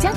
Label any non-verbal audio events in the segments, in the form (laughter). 江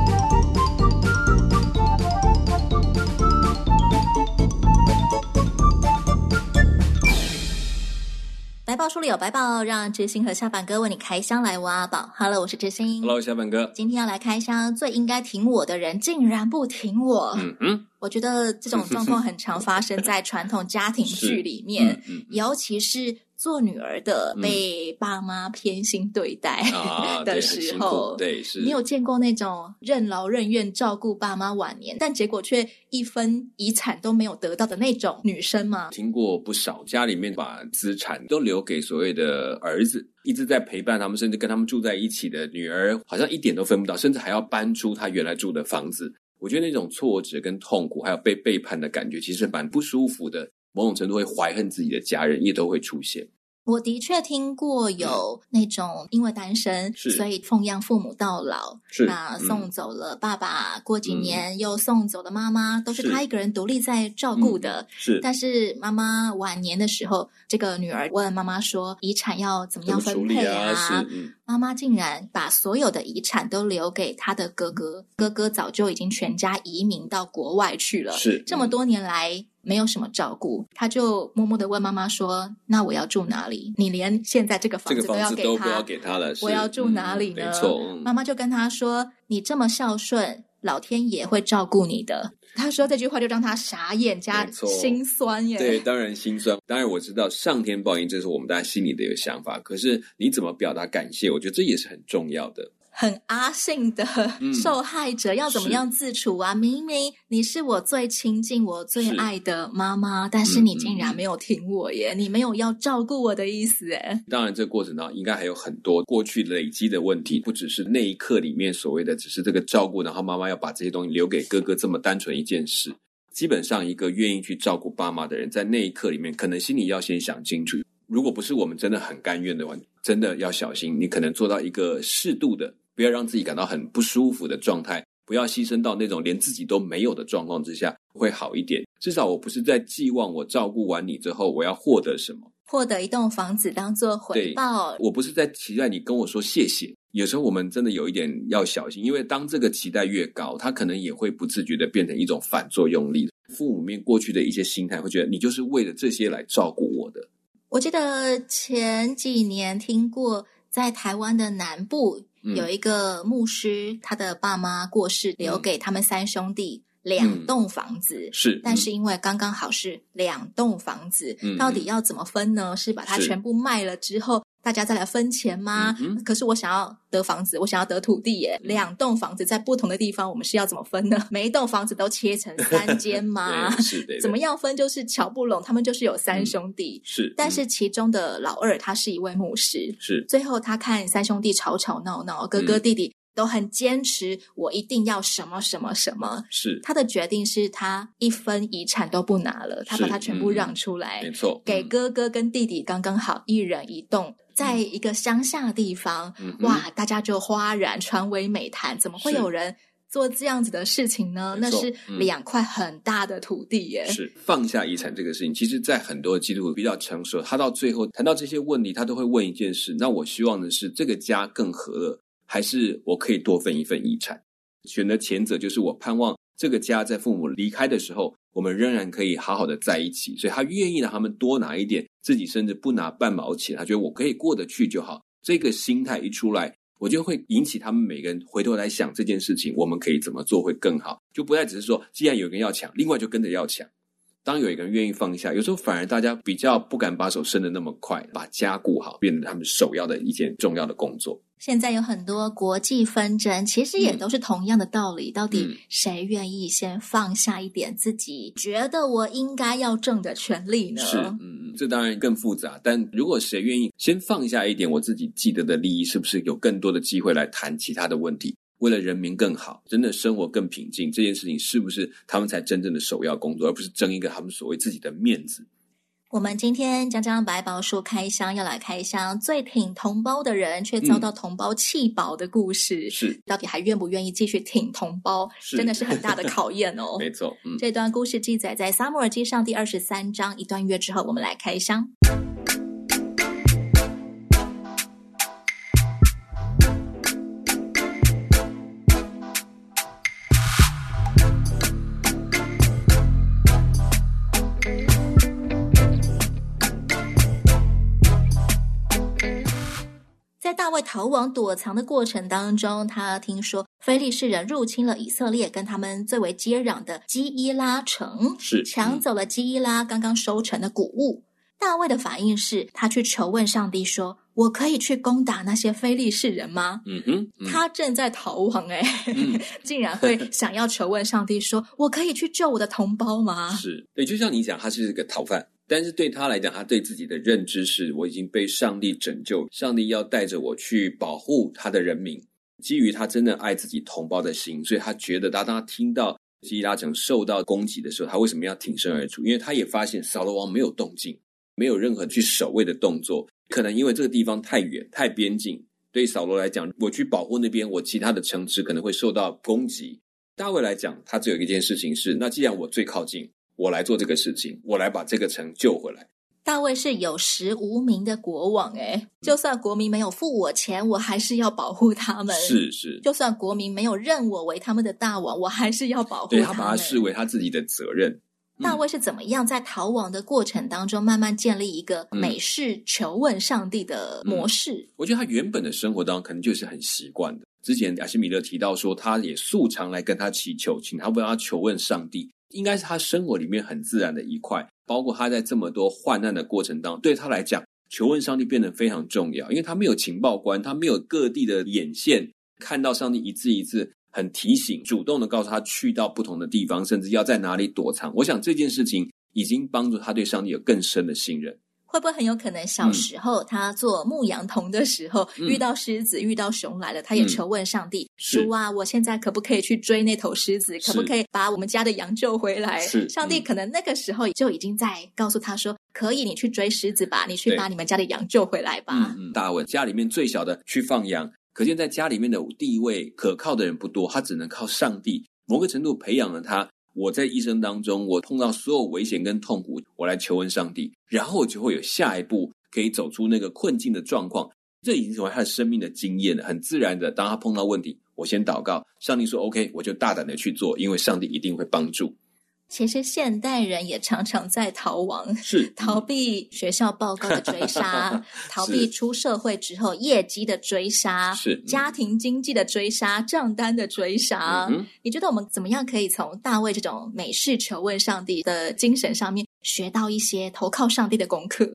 百宝书里有百宝，让知心和下半哥为你开箱来挖宝。Hello，我是知心。 Hello，小本哥。今天要来开箱，最应该挺我的人竟然不挺我。嗯嗯，我觉得这种状况很常发生在传统家庭剧里面， (laughs) 嗯嗯尤其是做女儿的嗯被爸妈偏心对待啊 (laughs) 的对很时辛苦候。对是。你有见过那种任劳任怨照顾爸妈晚年，但结果却一分遗产都没有得到的那种女生吗？听过不少家里面把资产都留给所谓的儿子，一直在陪伴他们，甚至跟他们住在一起的女儿，好像一点都分不到，甚至还要搬出她原来住的房子。我觉得那种挫折跟痛苦，还有被背叛的感觉，其实蛮不舒服的。某种程度会怀恨自己的家人，也都会出现。我的确听过有那种因为单身，是所以奉养父母到老，是那嗯送走了爸爸，过几年又送走了妈妈，都是是嗯他一个人独立在照顾的。是但是妈妈晚年的时候，这个女儿问妈妈说：“遗产要怎么怎样么处分理配啊是嗯，妈妈竟然把所有的遗产都留给她的哥哥，哥哥早就已经全家移民到国外去了。是这么嗯多年来没有什么照顾，他就默默的问妈妈说：“那我要住哪里？你连现在这个房这个子都房要子给都不他要。给他了。是我要住哪里嗯呢没错，”嗯妈妈就跟他说：“你这么孝顺，老天爷会照顾你的。”他说这句话就让他傻眼加没错心酸耶。对，当然心酸。当然我知道上天报应，这是我们大家心里的一个想法。可是你怎么表达感谢，我觉得这也是很重要的。很阿信的嗯受害者、要怎么是样自处啊？明明你是我最亲近、我最是爱的妈妈，但是嗯你竟嗯然没有听我耶，你没有要照顾我的意思哎。当然，这个过程当中应该还有很多过去累积的问题，不只是那一刻里面所谓的只是这个照顾，然后妈妈要把这些东西留给哥哥这么单纯一件事。基本上，一个愿意去照顾爸妈的人，在那一刻里面，可能心里要先想清楚，如果不是我们真的很甘愿的话，真的要小心，你可能做到一个适度的，不要让自己感到很不舒服的状态，不要牺牲到那种连自己都没有的状况之下，会好一点。至少我不是在寄望我照顾完你之后，我要获得什么。获得一栋房子当做回对报，我不是在期待你跟我说谢谢。有时候我们真的有一点要小心，因为当这个期待越高，它可能也会不自觉的变成一种反作用力。父母面过去的一些心态，会觉得你就是为了这些来照顾我的。我记得前几年听过，在台湾的南部、嗯有一个牧师，他的爸妈过世，留嗯给他们三兄弟两栋房子。是，但嗯是因为刚刚好是两栋房子，嗯到底要怎么分呢？是把它是全部卖了之后，大家再来分钱吗？嗯哼可是我想要得房子，我想要得土地耶，嗯两栋房子在不同的地方，我们是要怎么分呢？ (laughs) 每一栋房子都切成三间吗嗯 (laughs) 对？是对，啊怎么样？样分就是瞧不拢，他们就是有三嗯兄弟，是，但嗯是其中的老二他是一位牧师，是最后他看三兄弟吵吵闹闹，哥哥嗯弟弟都很坚持，我一定要什么什么什么，是，他的决定是他一分遗产都不拿了，他把是它全部嗯让出来，没错，给嗯，哥哥跟弟弟刚刚好一人一栋，在一个乡下地方，嗯哼哇，大家就哗然传为美谈，怎么会是有人做这样子的事情呢？那没错是嗯两块很大的土地耶，是放下遗产这个事情，其实，在很多基督徒比较成熟，他到最后谈到这些问题，他都会问一件事：那我希望的是这个家更和乐，还是我可以多分一份遗产？选择前者，就是我盼望这个家在父母离开的时候，我们仍然可以好好的在一起，所以他愿意让他们多拿一点，自己甚至不拿半毛钱，他觉得我可以过得去就好。这个心态一出来，我就会引起他们每个人回头来想这件事情，我们可以怎么做会更好，就不再只是说，既然有一个人要抢，另外就跟着要抢。当有一个人愿意放下，有时候反而大家比较不敢把手伸得那么快，把家顾好变成他们首要的一件重要的工作。现在有很多国际纷争，其实也嗯都是同样的道理。到底嗯谁愿意先放下一点自己觉得我应该要挣的权利呢？是，嗯，这当然更复杂。但如果谁愿意先放下一点我自己既得的利益，是不是有更多的机会来谈其他的问题？为了人民更好，真的生活更平静，这件事情是不是他们才真正的首要工作，而不是争一个他们所谓自己的面子？我们今天将将百宝书开箱，要来开箱最挺同胞的人却遭到同胞弃保的故事，嗯是到底还愿不愿意继续挺同胞，是。真的是很大的考验哦 (laughs) 没错，嗯，这段故事记载在《撒母耳记上》第二十三章。一段月之后，我们来开箱。在大卫逃亡躲藏的过程当中，他听说非利士人入侵了以色列，跟他们最为接壤的基伊拉城，是嗯抢走了基伊拉刚刚收成的谷物。大卫的反应是他去求问上帝说：“我可以去攻打那些非利士人吗？”嗯哼，嗯他正在逃亡、欸，哎、嗯 (laughs) 竟然会想要求问上帝说：“我可以去救我的同胞吗是对，就像你讲，他是个逃犯，但是对他来讲，他对自己的认知是，我已经被上帝拯救，上帝要带着我去保护他的人民。基于他真的爱自己同胞的心，所以他觉得他当他听到基伊拉城受到攻击的时候，他为什么要挺身而出？因为他也发现扫罗王没有动静，没有任何去守卫的动作，可能因为这个地方太远、太边境。对扫罗来讲，我去保护那边，我其他的城池可能会受到攻击。大卫来讲，他只有一件事情是：那既然我最靠近，我来做这个事情，我来把这个城救回来。？”大卫是有实无名的国王、欸，嗯哎，就算国民没有付我钱，我还是要保护他们。是是，就算国民没有认我为他们的大王，我还是要保护对们。他把它视为他自己的责任。嗯大卫是怎么样在逃亡的过程当中，慢慢建立一嗯个美式求问上帝的模式？我觉得他原本的生活当中可能就是很习惯的。之前亚西米勒提到说，他也素常来跟他祈求，请他为他求问上帝，应该是他生活里面很自然的一块。包括他在这么多患难的过程当中，对他来讲，求问上帝变得非常重要，因为他没有情报官，他没有各地的眼线，看到上帝一次一次很提醒，主动的告诉他去到不同的地方，甚至要在哪里躲藏。我想这件事情已经帮助他对上帝有更深的信任。会不会很有可能小时候他做牧羊童的时候，嗯遇到狮子、遇到熊来了，他也求问上帝：“是主啊，我现在可不可以去追那头狮子？是可不可以把我们家的羊救回来？”是上帝嗯可能那个时候就已经在告诉他说：“可以，你去追狮子吧，你去对把你们家的羊救回来吧。嗯嗯，大卫家里面最小的去放羊，可见在家里面的地位可靠的人不多，他只能靠上帝某个程度培养了他。我在一生当中，我碰到所有危险跟痛苦，我来求问上帝，然后我就会有下一步可以走出那个困境的状况。这已经成为他的生命的经验了，很自然的，当他碰到问题，我先祷告，上帝说 OK，我就大胆的去做，因为上帝一定会帮助。其实现代人也常常在逃亡，是逃避学校报告的追 (laughs) 杀，逃避出社会之后业绩的追杀，是嗯家庭经济的追杀，账单的追杀。嗯哼你觉得我们怎么样可以从大卫这种美式求问上帝的精神上面学到一些投靠上帝的功课？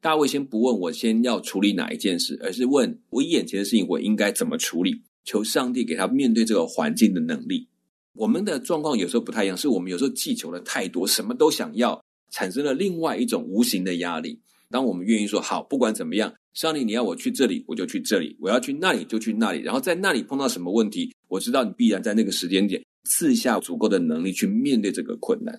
大卫先不问我先要处理哪一件事，而是问我眼前的事情我应该怎么处理，求上帝给他面对这个环境的能力。我们的状况有时候不太一样，是我们有时候祈求的太多，什么都想要，产生了另外一种无形的压力。当我们愿意说好，不管怎么样，上帝你要我去这里，我就去这里；我要去那里就去那里。然后在那里碰到什么问题，我知道你必然在那个时间点赐下足够的能力去面对这个困难。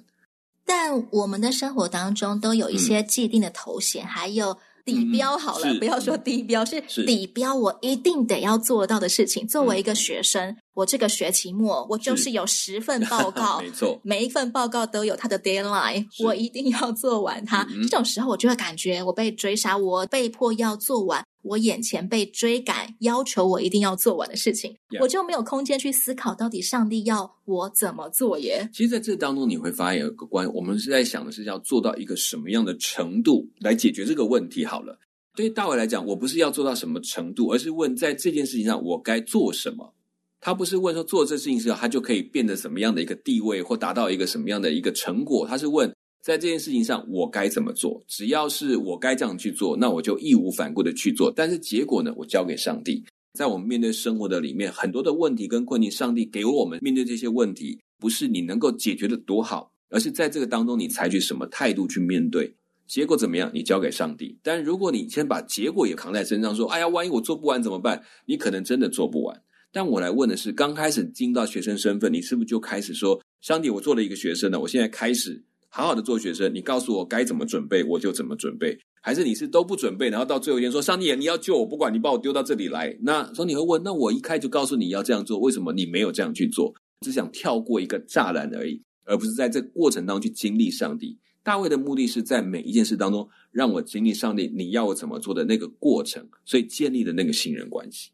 但我们的生活当中都有一些既定的头衔，还有。底标好了，嗯嗯是不要说低标，是是嗯底标，我一定得要做到的事情。作为一个学生，我这个学期末我就是是有十 (laughs) 份报告，没错，每一份报告都有它的 deadline，是我一定要做完它。嗯嗯这种时候，我就会感觉我被追杀，我被迫要做完，我眼前被追赶，要求我一定要做完的事情 Yeah 我就没有空间去思考到底上帝要我怎么做耶。其实，在这当中，你会发现有一个关，我们是在想的是要做到一个什么样的程度来解决这个问题。好了，对于大卫来讲，我不是要做到什么程度，而是问在这件事情上我该做什么。他不是问说做这事情之后他就可以变得什么样的一个地位或达到一个什么样的一个成果，他是问在这件事情上我该怎么做。只要是我该这样去做，那我就义无反顾的去做。但是结果呢，我交给上帝。在我们面对生活的里面，很多的问题跟困境，上帝给我们面对这些问题，不是你能够解决的多好，而是在这个当中你采取什么态度去面对。结果怎么样，你交给上帝。但如果你先把结果也扛在身上，说：“哎呀，万一我做不完怎么办？”你可能真的做不完。但我来问的是，刚开始进到学生身份，你是不是就开始说：“上帝，我做了一个学生了，我现在开始好好的做学生，你告诉我该怎么准备，我就怎么准备。还是你是都不准备，然后到最后一天说上帝，啊你要救我，不管你把我丢到这里来。那说你会问，那我一开就告诉你要这样做，为什么你没有这样去做？只想跳过一个栅栏而已，而不是在这过程当中去经历上帝。大卫的目的是在每一件事当中让我经历上帝，你要我怎么做的那个过程，所以建立的那个信任关系。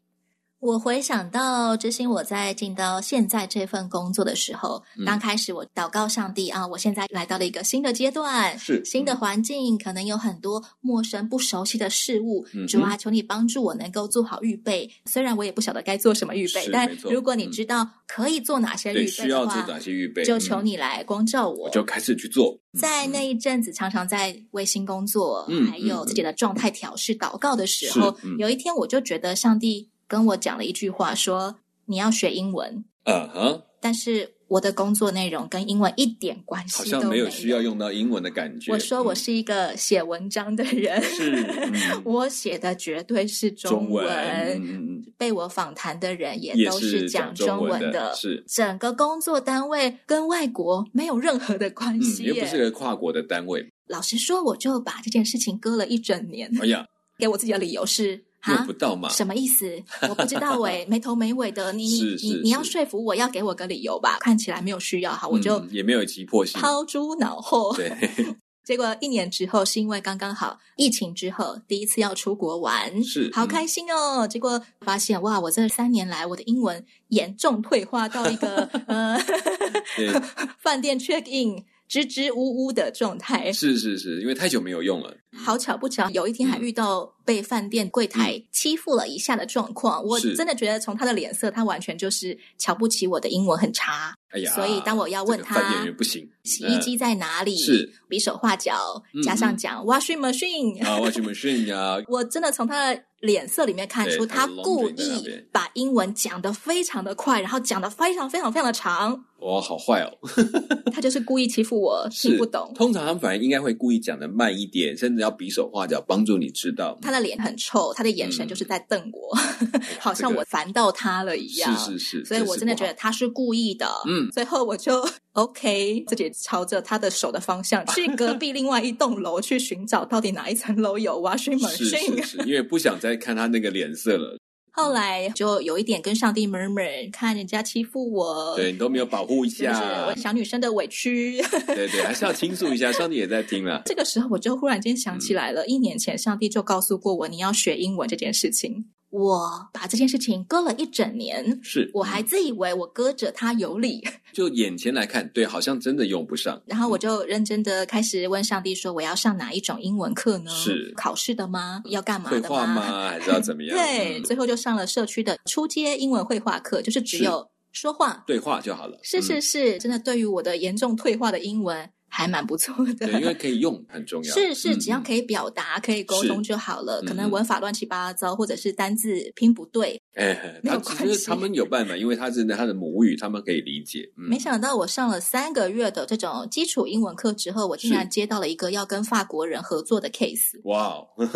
我回想到知心，我在进到现在这份工作的时候，嗯刚开始我祷告上帝啊，我现在来到了一个新的阶段，是嗯新的环境，可能有很多陌生不熟悉的事物。嗯哼主啊，求你帮助我能够做好预备。虽然我也不晓得该做什么预备是，但没错如果你嗯知道可以做哪些对，预备需的要做话，哪些预备？就求嗯你来光照我。我就开始去做。在那一阵子，常常在微信工作，嗯还有自己的状态调试、祷告的时是候，嗯有一天我就觉得上帝跟我讲了一句话，说你要学英文，嗯哼，但是我的工作内容跟英文一点关好系都像没有有。需要用到英文的感觉。我说我嗯是一个写文章的人，是 (laughs) 嗯我写的绝对是中文。嗯嗯嗯，被我访谈的人也也都是讲讲中中文文的是整个工作单位跟外国没有任何的关嗯系耶、又不是个跨国的单位。老实说，我就把这件事情搁了一整年，哎呀，给我自己的理由是用啊不。到嘛。什么意思？我不知道 (laughs) 哎、没头没尾的，你是你是你要是说服我，要给我个理由吧？看起来没有需要，好，我就嗯也没有急迫性。抛诸脑后。对， (laughs) 结果一年之后，是因为刚刚好疫情之后，第一次要出国玩，是好嗯开心哦。结果发现哇，我这三年来我的英文严重退化到一个呃 (laughs) 对， (laughs) 饭店 check in 支支吾吾的状态，是是是，因为太久没有用了。好巧不巧，有一天还嗯遇到被饭店柜台欺负了一下的状况。我是真的觉得从他的脸色，他完全就是瞧不起我的英文很差。哎呀，所以当我要这个问他饭店员不行洗衣机在哪里？是比手画脚嗯，加上讲 washing machine。啊，watch machine 呀，我真的从他的脸色里面看出，对他他的 laundry 故在那意边把英文讲得非常的快，然后讲得非常非常非常的 (laughs) 长，哇，好坏哦，他就是故意欺负我 (laughs) 是听不懂。通常他们反而应该会故意讲的慢一点，甚至要比手画脚，帮助你知道。他的脸很臭，他的眼神就是在瞪我，好像嗯哎这个我烦到他了一样。是是是，所以这我是真的不觉得好他是故意的。 (laughs) 嗯最后我就 OK 自己朝着他的手的方向 (laughs) 去隔壁另外一栋楼去寻找，到底哪一层楼有 washing 是是 machine。 (laughs) 是，因为不想再看他那个脸色了。后来就有一点跟上帝 murmur，看人家欺负我，对你都没有保护 (laughs) 一是不是下我，小女生的委屈？ (laughs) 对对，还是要倾诉一下。上帝也在听啦。这个时候我就忽然间想嗯起来了，一年前上帝就告诉过我你要学英文这件事情，我把这件事情搁了一整年。是，我还自以为我搁着他有理，就眼前来看，对，好像真的用不上。然后我就认真的开始问上帝说：“我要上哪一种英文课呢？是考试的吗？要干嘛绘的画 (laughs) 吗？还是要怎么样？对，嗯最后就上了社区的初阶英文绘画课，就是只是有说话。对话就好了。是是嗯，是，真的对于我的严重退化的英文还蛮不错的。对，(laughs) 因为可以用很重要。是是，嗯只要可以表达、可以沟是通就好了。可能嗯文法乱七八糟，或者是单字拼不对，哎，没他有其关实系他们有办法，因为他是他的母语，他们可以理解。嗯没想到我上了三个月的这种基础英文课之后，我竟是然接到了一个要跟法国人合作的 case。哇哦， (laughs)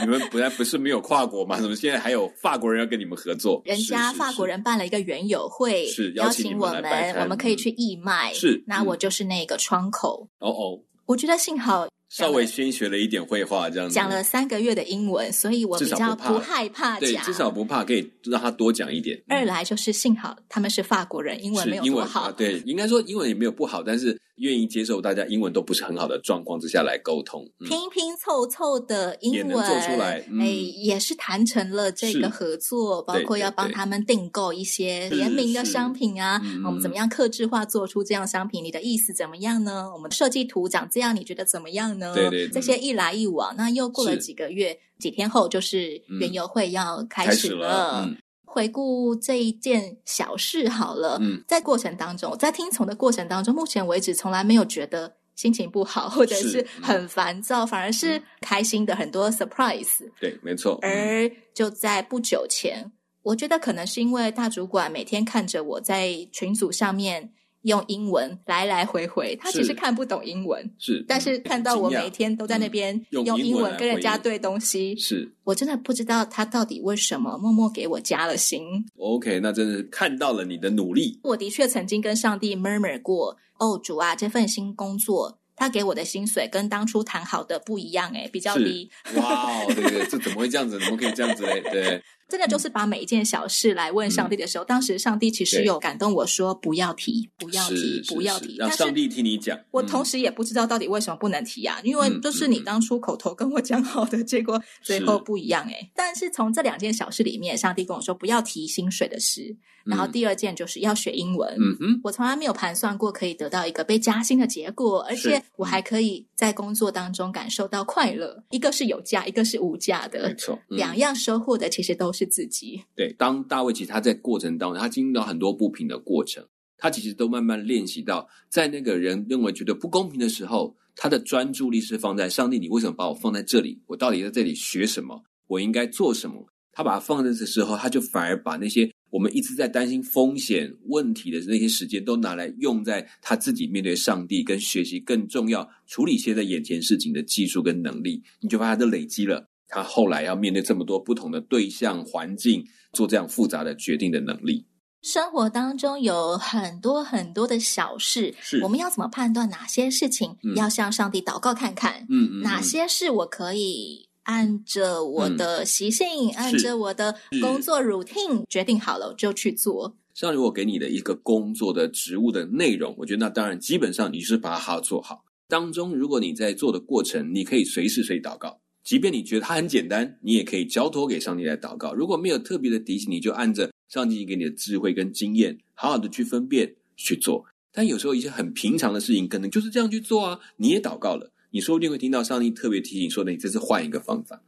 你们本来不是没有跨国吗？怎么现在还有法国人要跟你们合作？人是家是法国是人办了一个园友会，是邀邀请你我们来摆们，摊我们可以去义卖。是那嗯嗯我就是那个窗口。哦哦，我觉得幸好稍微先学了一点绘画，这样子讲了三个月的英文，所以我比至少较不怕不害怕对，讲。至少不怕，可以让他多讲一点。嗯二来就是幸好他们是法国人，英文是没有英多文好啊，。对，应该说英文也没有不好，但是愿意接受大家英文都不是很好的状况之下来沟通。嗯，拼拼凑凑的英也文，能做出来嗯哎，也是谈成了这个是合作，包对括对要帮对他们订购一些是联名的是商品啊嗯，我们怎么样克制化做出这样商品？你的意思怎么样呢？我们设计图长这样，你觉得怎么样呢？对对这些嗯一来一往，那又过了是几个月，几天后就是嗯园游会要开开始始了，嗯，回顾这一件小事好了，嗯，在过程当中，在听从的过程当中，目前为止从来没有觉得心情不好或者是嗯是很烦躁，反而是开心的，很多 surprise。对，没错。嗯而就在不久前，我觉得可能是因为大主管每天看着我在群组上面用英文来来回回，他其是实看不懂英文，是，但是看到我惊讶嗯每天都在那边用用英英文文来跟人回家应对东西，是我真的不知道他到底为什么默默给我加了薪。 OK，那真的是看到了你的努力，我的确曾经跟上帝 murmur 过：“哦，主啊，这份新工作，他给我的薪水跟当初谈好的不一样，诶，欸比较是低。哇哦，对对，这怎么会这样子？怎么可以这样子嘞？对，”真的就是把每一件小事来问上帝的时候，当时上帝其实嗯对有感动我说：“不要提， (laughs) 不要提是，不要是是提。”让但上是帝替你讲。我嗯同时也不知道到底为什么不能提呀、因为嗯就是你嗯嗯当初口头跟我讲好的，结果最后是不一样诶。但是从这两件小事里面，上帝跟我说不要提薪水的事，然后嗯第二件就是要学英文。嗯哼，我从来没有盘算过可以得到一个被加薪的结果，而且是嗯我还可以在工作当中感受到快乐。一个是有价，一个是无价没的，错，嗯两样收获的其实都是自己。对，当大卫其实他在过程当中，他经历到很多不平的过程，他其实都慢慢练习到，在那个人认为觉得不公平的时候，他的专注力是放在上帝，你为什么把我放在这里？我到底在这里学什么？我应该做什么？他把它放在这时候，他就反而把那些我们一直在担心风险问题的那些时间，都拿来用在他自己面对上帝跟学习更重要处理现在眼前事情的技术跟能力，你就把他都累积了。他后来要面对这么多不同的对象、环境，做这样复杂的决定的能力。生活当中有很多很多的小事，是我们要怎么判断哪些事情嗯要向上帝祷告看看，嗯嗯，嗯哪些是我可以。按着我的习性，按嗯是着我的是工作 routine 决定好了就去做。像如果给你的一个工作的职务的内容，我觉得那当然基本上你是把它好好做好。当中，如果你在做的过程，你可以随时随地祷告，即便你觉得它很简单，你也可以交托给上帝来祷告。如果没有特别的提醒，你就按着上帝给你的智慧跟经验，好好的去分辨去做。但有时候一些很平常的事情，可能就是这样去做啊，你也祷告了，你说不定会听到上帝特别提醒说的，你这次换一个方法，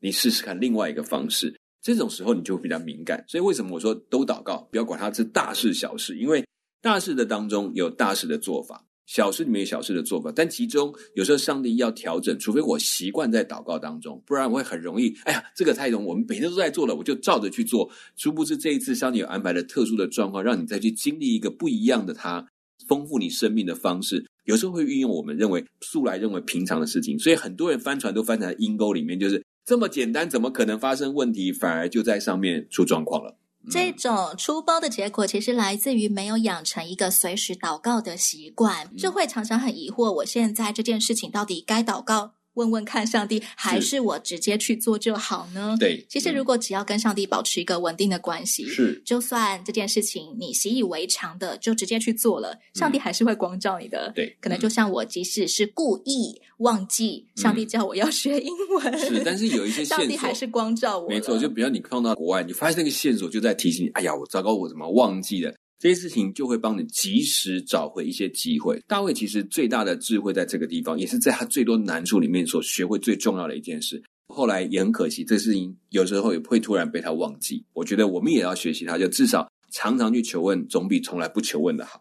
你试试看另外一个方式。这种时候你就会比较敏感。所以为什么我说都祷告，不要管它是大事小事，因为大事的当中有大事的做法，小事里面有小事的做法，但其中有时候上帝要调整，除非我习惯在祷告当中，不然我会很容易，哎呀，这个太容易，我们每天都在做了，我就照着去做。殊不知这一次上帝有安排了特殊的状况，让你再去经历一个不一样的他，丰富你生命的方式。有时候会运用我们认为素来认为平常的事情，所以很多人翻船都翻在阴沟里面，就是这么简单，怎么可能发生问题？反而就在上面出状况了。嗯这种出包的结果，其实来自于没有养成一个随时祷告的习嗯惯，就会常常很疑惑：我现在这件事情到底该祷告问问看上帝，还是我直接去做就好呢？对，其实如果只要跟上帝保持一个稳定的关系嗯，是就算这件事情你习以为常的，就直接去做了，上帝还是会光照你的。嗯对嗯可能就像我，即使是故意忘记，上帝叫我要学英文，嗯是，但是有一些线 (laughs) 上索帝还是光照我了。没错，就比如你放到国外，你发现那个线索就在提醒你，哎呀，我糟糕，我怎么忘记了？这些事情就会帮你及时找回一些机会。大卫其实最大的智慧在这个地方，也是在他最多难处里面所学会最重要的一件事。后来也很可惜，这事情有时候也会突然被他忘记。我觉得我们也要学习他，就至少常常去求问，总比从来不求问的好。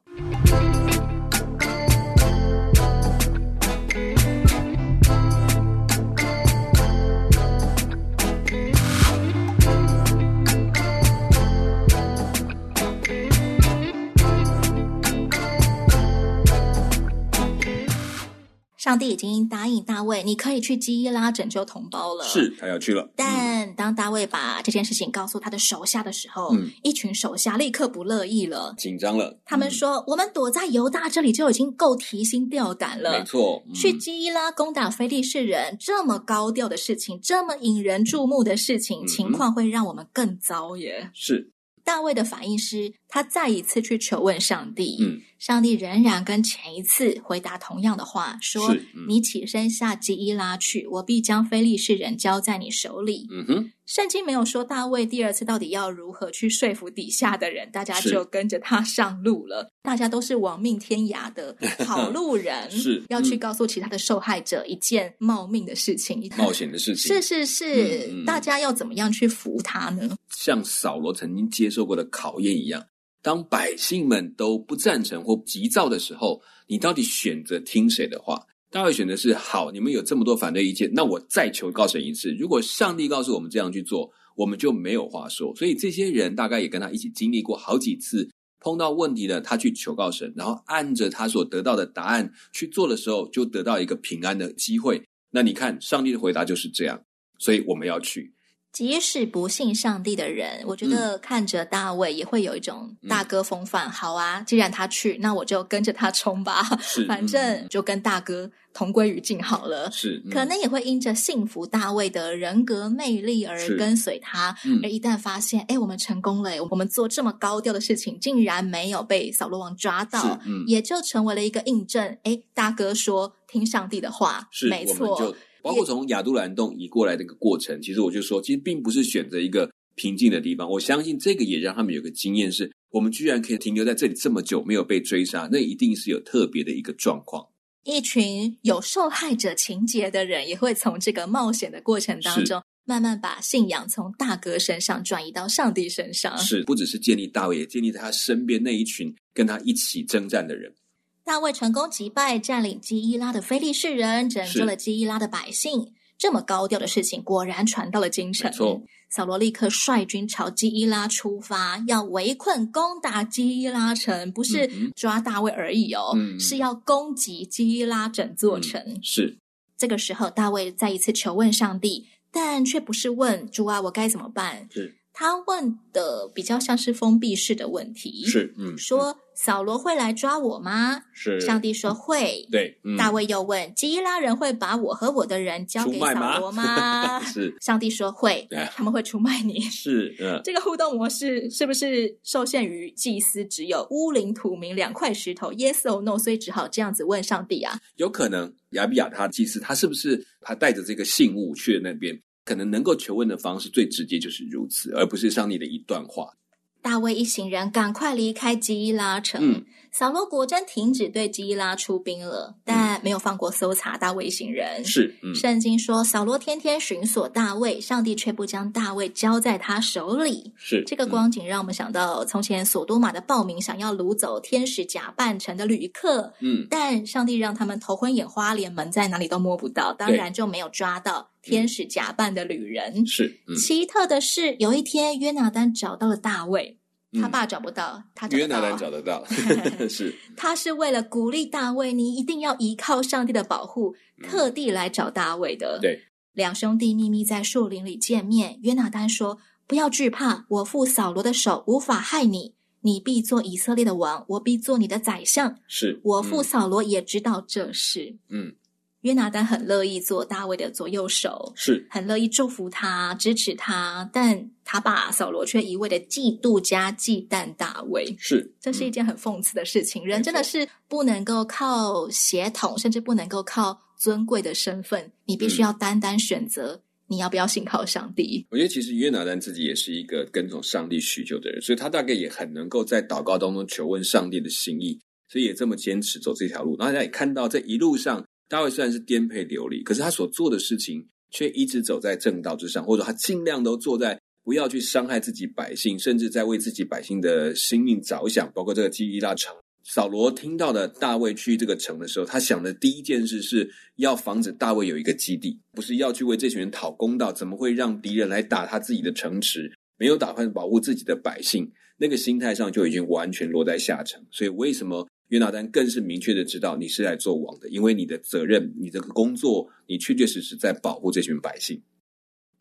上帝已经答应大卫，你可以去基伊拉拯救同胞了。。是，他要去了。嗯但当大卫把这件事情告诉他的手下的时候，嗯一群手下立刻不乐意了。紧张了，嗯他们说：“我们躲在犹大这里就已经够提心吊胆嗯、没了，错，嗯去基伊拉攻打非利士人，这么高调的事情，这么引人注目的事情，嗯情况会让我们更糟耶。是，大卫的反应是他再一次去求问上帝，嗯，上帝仍然跟前一次回答同样的话，说：“是嗯你起身下基伊拉去，我必将非利士人交在你手里。嗯哼，圣经没有说大卫第二次到底要如何去说服底下的人，大家是就跟着他上路了。大家都是亡命天涯的好 (laughs) 路人，是要去嗯告诉其他的受害者一件冒命的事情，冒险的事情 (laughs) 是是是，嗯嗯大家要怎么样去服他呢？像扫罗曾经接受过的考验一样，当百姓们都不赞成或急躁的时候，你到底选择听谁的话？大卫选择是好，你们有这么多反对意见，那我再求告神一次。如果上帝告诉我们这样去做，我们就没有话说。所以这些人大概也跟他一起经历过好几次碰到问题了，他去求告神，然后按着他所得到的答案去做的时候，就得到一个平安的机会。那你看，上帝的回答就是这样，所以我们要去。即使不信上帝的人，我觉嗯得看着大卫也会有一种大哥风范。好啊，既然他去，那我就跟着他冲吧，是，嗯反正就跟大哥同归于尽好了。是，嗯可能也会因着信服大卫的人格魅力而是跟随他，嗯而一旦发现，哎，我们成功了，我们做这么高调的事情，竟然没有被扫罗王抓到，是嗯也就成为了一个印证。哎，大哥说听上帝的话，是，没我们错就，包括从亚都兰洞移过来这个过程，其实我就说，其实并不是选择一个平静的地方。我相信这个也让他们有个经验是，我们居然可以停留在这里这么久，没有被追杀，那一定是有特别的一个状况。一群有受害者情节的人，也会从这个冒险的过程当是中，慢慢把信仰从大哥身上转移到上帝身上。是，不只是建立大卫，也建立在他身边那一群跟他一起征战的人。大卫成功击败占领基伊拉的非利士人，拯救是了基伊拉的百姓。这么高调的事情，果然传到了京城。没错扫罗立刻率军朝基伊拉出发，要围困攻打基伊拉城，不是嗯哼抓大卫而已哦，嗯是要攻击基伊拉整座城。是，这个时候，大卫再一次求问上帝，但却不是问主啊，我该怎么办？是他问的比较像是封闭式的问题，是，嗯，说扫罗会来抓我吗？是上帝说会。对，嗯大卫又问基伊拉人会把我和我的人交给出卖吗？扫罗吗 (laughs) 是哎上帝说会对，他们会出卖你。 (laughs) 是，嗯，这个互动模式是不是受限于祭司只有乌灵土明两块石头？Yes or no？所以只好这样子问上帝啊。有可能亚比亚他祭司，他是不是他带着这个信物去了那边？可能能够求问的方式最直接就是如此，而不是上帝的一段话。大卫一行人赶快离开基伊拉城。嗯扫罗果真停止对基伊拉出兵了，但没有放过搜查大卫一行人。是，嗯，圣经说，扫罗天天寻索大卫，上帝却不将大卫交在他手里。是这个嗯光景让我们想到从前索多玛的暴民想要掳走天使假扮成的旅客，嗯，但上帝让他们头昏眼花，连门在哪里都摸不到，当对然就没有抓到天使假扮的旅人。是，嗯，奇特的是，有一天约拿丹找到了大卫，嗯他爸找不到，他找约得到拿单找得到， (laughs) (laughs) 是他是为了鼓励大卫，你一定要依靠上帝的保护，嗯特地来找大卫的。对，两兄弟秘密在树林里见面。约拿丹说：“不要惧怕，我父扫罗的手无法害你，你必做以色列的王，我必做你的宰相。是，我父嗯扫罗也知道这事。嗯，约拿丹很乐意做大卫的左右手，是很乐意祝福他、支持他，但他爸扫罗却一味的嫉妒加忌惮大卫，是，这是一嗯件很讽刺的事情。人没真的错是不能够靠血统，甚至不能够靠尊贵的身份，你必须嗯要单单选择你要不要信靠上帝。我觉得其实约拿丹自己也是一个跟从上帝许久的人，所以他大概也很能够在祷告当中求问上帝的心意，所以也这么坚持走这条路。然后大家也看到，在一路上，大卫虽然是颠沛流离，可是他所做的事情却一直走在正道之上，或者说他尽量都做在不要去伤害自己百姓，甚至在为自己百姓的性命着想，包括这个基伊拉城。扫罗听到了大卫去这个城的时候，他想的第一件事是要防止大卫有一个基地，不是要去为这群人讨公道，怎么会让敌人来打他自己的城池？没有打算保护自己的百姓，那个心态上就已经完全落在下乘。所以为什么约拿丹更是明确的知道你是来做王的，因为你的责任、你这个工作，你确确实实在保护这群百姓。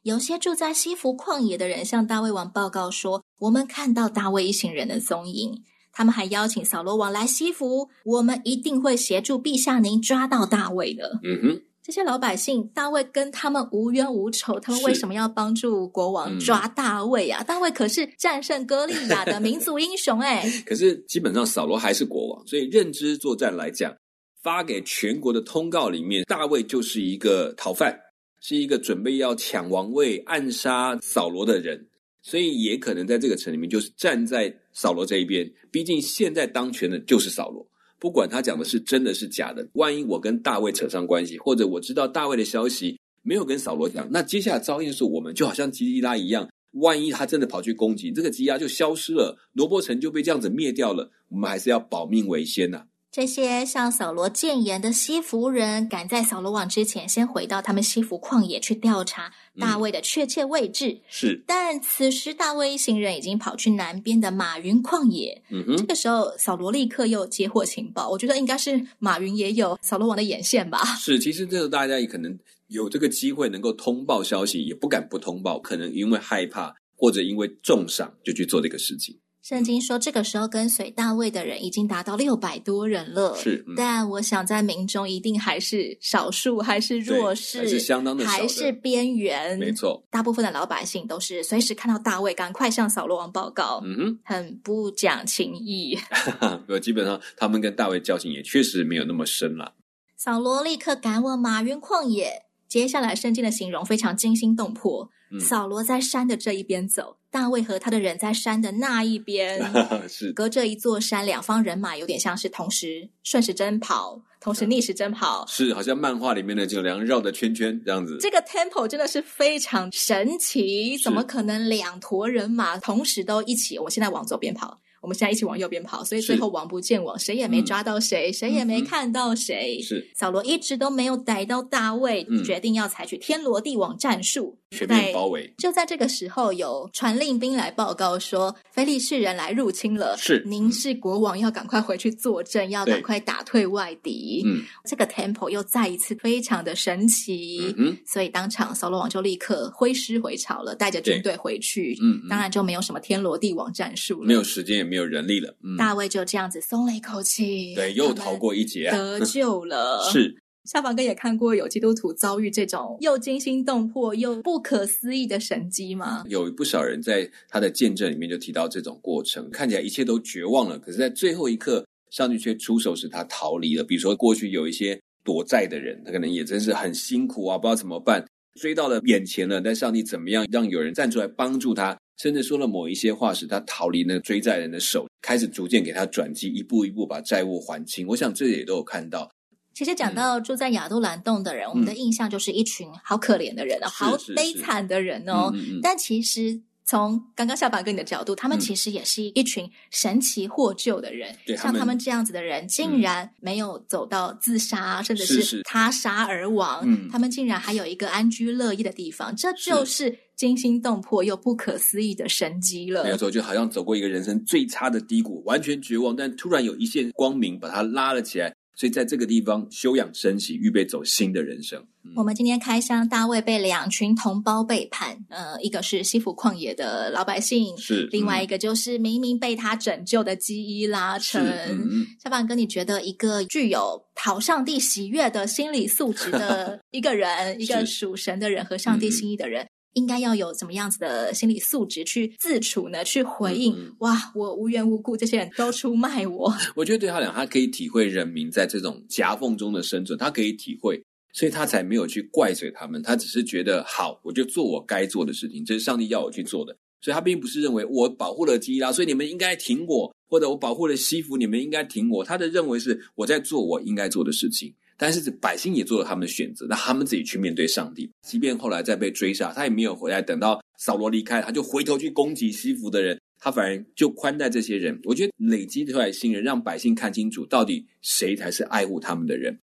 有些住在西弗旷野的人向大卫王报告说：“我们看到大卫一行人的踪影，他们还邀请扫罗王来西弗，我们一定会协助陛下您抓到大卫的。嗯哼，”这些老百姓，大卫跟他们无冤无仇，他们是为什么要帮助国王嗯抓大卫啊？大卫可是战胜歌利亚的民族英雄哎、 (laughs) 可是基本上扫罗还是国王，所以认知作战来讲，发给全国的通告里面，大卫就是一个逃犯，是一个准备要抢王位、暗杀扫罗的人，所以也可能在这个城里面就是站在扫罗这一边。毕竟现在当权的就是扫罗，不管他讲的是真的是假的，万一我跟大卫扯上关系，或者我知道大卫的消息没有跟扫罗讲，那接下来遭应的是我们，就好像基伊拉一样。万一他真的跑去攻击，这个基伊拉就消失了，罗伯城就被这样子灭掉了。我们还是要保命为先呐、这些向扫罗谏言的西弗人，赶在扫罗王之前，先回到他们西弗旷野去调查嗯大卫的确切位置。是，但此时大卫一行人已经跑去南边的马云旷野。嗯哼这，个时候，扫罗立刻又接获情报，我觉得应该是马云也有扫罗王的眼线吧。是。其实这个大家也可能有这个机会能够通报消息，也不敢不通报，可能因为害怕或者因为重赏就去做这个事情。圣经说，这个时候跟随大卫的人已经达到六百多人了。是嗯但我想在民中一定还是少数，还是弱对势，还是相当的少的还是边缘。没错，大部分的老百姓都是随时看到大卫，赶快向扫罗王报告，嗯 (laughs) 哼。很不讲情义。哈，呃，基本上他们跟大卫交情也确实没有那么深 (laughs) 啦。扫罗立刻赶往马云旷野。接下来，圣经的形容非常惊心动魄。嗯扫罗在山的这一边走，大卫和他的人在山的那一 (laughs) 边。是，隔着一座山，两方人马有点像是同时顺时针跑，同嗯时逆时针跑。是，好像漫画里面的这两绕的圈圈这样子。这个 tempo 真的是非常神奇，是怎么可能两坨人马同时都一起？我现在往左边跑，我们现在一起往右边跑，所以是嗯最后王不见王，谁也没抓到谁，谁也没看到谁。是扫罗一直都没有逮到大卫，嗯决定要采取天罗地网战术，全面包围，就在这个时候，有传令兵来报告说，非利士人来入侵了。是您是国王，要赶快回去坐镇，要对赶快打退外敌。嗯这个 tempo 又再一次非常的神奇嗯，哼所以当场扫罗王就立刻挥师回朝了，带着军队回去。嗯，嗯当然就没有什么天罗地网战术了。没有时间也没有人力了。嗯，大卫就这样子松了一口气，对，又他们逃过一劫啊。。。得救了是，夏凡哥也看过有基督徒遭遇这种又惊心动魄又不可思议的神迹吗？有不少人在他的见证里面就提到这种过程，看起来一切都绝望了，可是，在最后一刻，上帝却出手使他逃离了。比如说，过去有一些躲债的人，他可能也真是很辛苦啊，不知道怎么办，追到了眼前了，但上帝怎么样让有人站出来帮助他，甚至说了某一些话，使他逃离那个追债人的手，开始逐渐给他转机，一步一步把债务还清。我想这也都有看到，其实嗯讲到住在亚都兰洞的人，我们的印象就是一群好可怜的人哦，是好嗯是悲是惨的人哦。嗯嗯嗯但其实从刚刚夏凡哥你的角度，他们嗯其实也是一群神奇获救的人。对他像他们嗯们这样子的人，竟然没有走到自杀，甚至是是是他杀而亡。嗯他们竟然还有一个安居乐业的地方，这就是惊心动魄又不可思议的神迹了。没有错，就好像走过一个人生最差的低谷，完全绝望，但突然有一线光明把他拉了起来。所以在这个地方休养生息，预备走新的人生。我们今天开箱，大卫被两群同胞背叛，呃，一个是西府旷野的老百姓，是嗯另外一个个就是明明被他拯救的基伊拉城。嗯嗯小板哥，你觉得一个具有讨上帝喜悦的心理素质 (laughs) 的一个人，一个是嗯属神的人和上帝心意的人，应该要有怎么样子的心理素质去自处呢？去回应，嗯嗯哇，我无缘无故这些人都出卖我，我觉得对他讲，他可以体会人民在这种夹缝中的生存，他可以体会，所以他才没有去怪罪他们，他只是觉得好，我就做我该做的事情，这是上帝要我去做的。所以他并不是认为我保护了基拉，所以你们应该挺我，或者我保护了西弗，你们应该挺我。他的认为是我在做我应该做的事情，但是百姓也做了他们的选择，那他们自己去面对上帝。即便后来再被追杀，他也没有回来，等到扫罗离开，他就回头去攻击西弗的人，他反而就宽待这些人。我觉得累积出来的信任，让百姓看清楚到底谁才是爱护他们的人。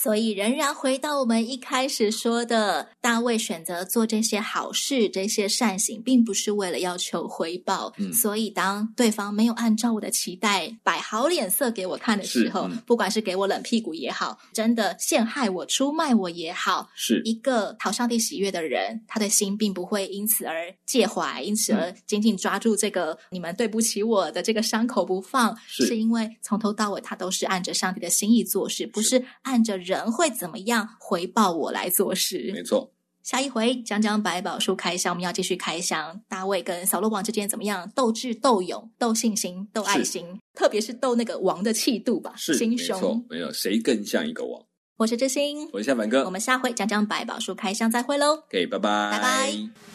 所以，仍然回到我们一开始说的，大卫选择做这些好事、这些善行，并不是为了要求回报。嗯所以，当对方没有按照我的期待摆好脸色给我看的时候，是嗯不管是给我冷屁股也好，真的陷害我、出卖我也好，是一个讨上帝喜悦的人，他的心并不会因此而介怀，因嗯此而紧紧抓住这个你们对不起我的这个伤口不放，是因为从头到尾他都是按着上帝的心意做事，不是是按着人会怎么样回报我来做没事。错，下一回讲讲百宝书开箱，我们要继续开箱大卫跟扫罗王之间怎么样斗智、斗勇、斗信心、斗爱是心，特别是斗那个王的气度吧，是心没错胸。，没有谁更像一个王。我是知心，我是夏凡哥，我们下回讲讲百宝书开箱，再会喽。 OK，拜拜，拜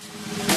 拜。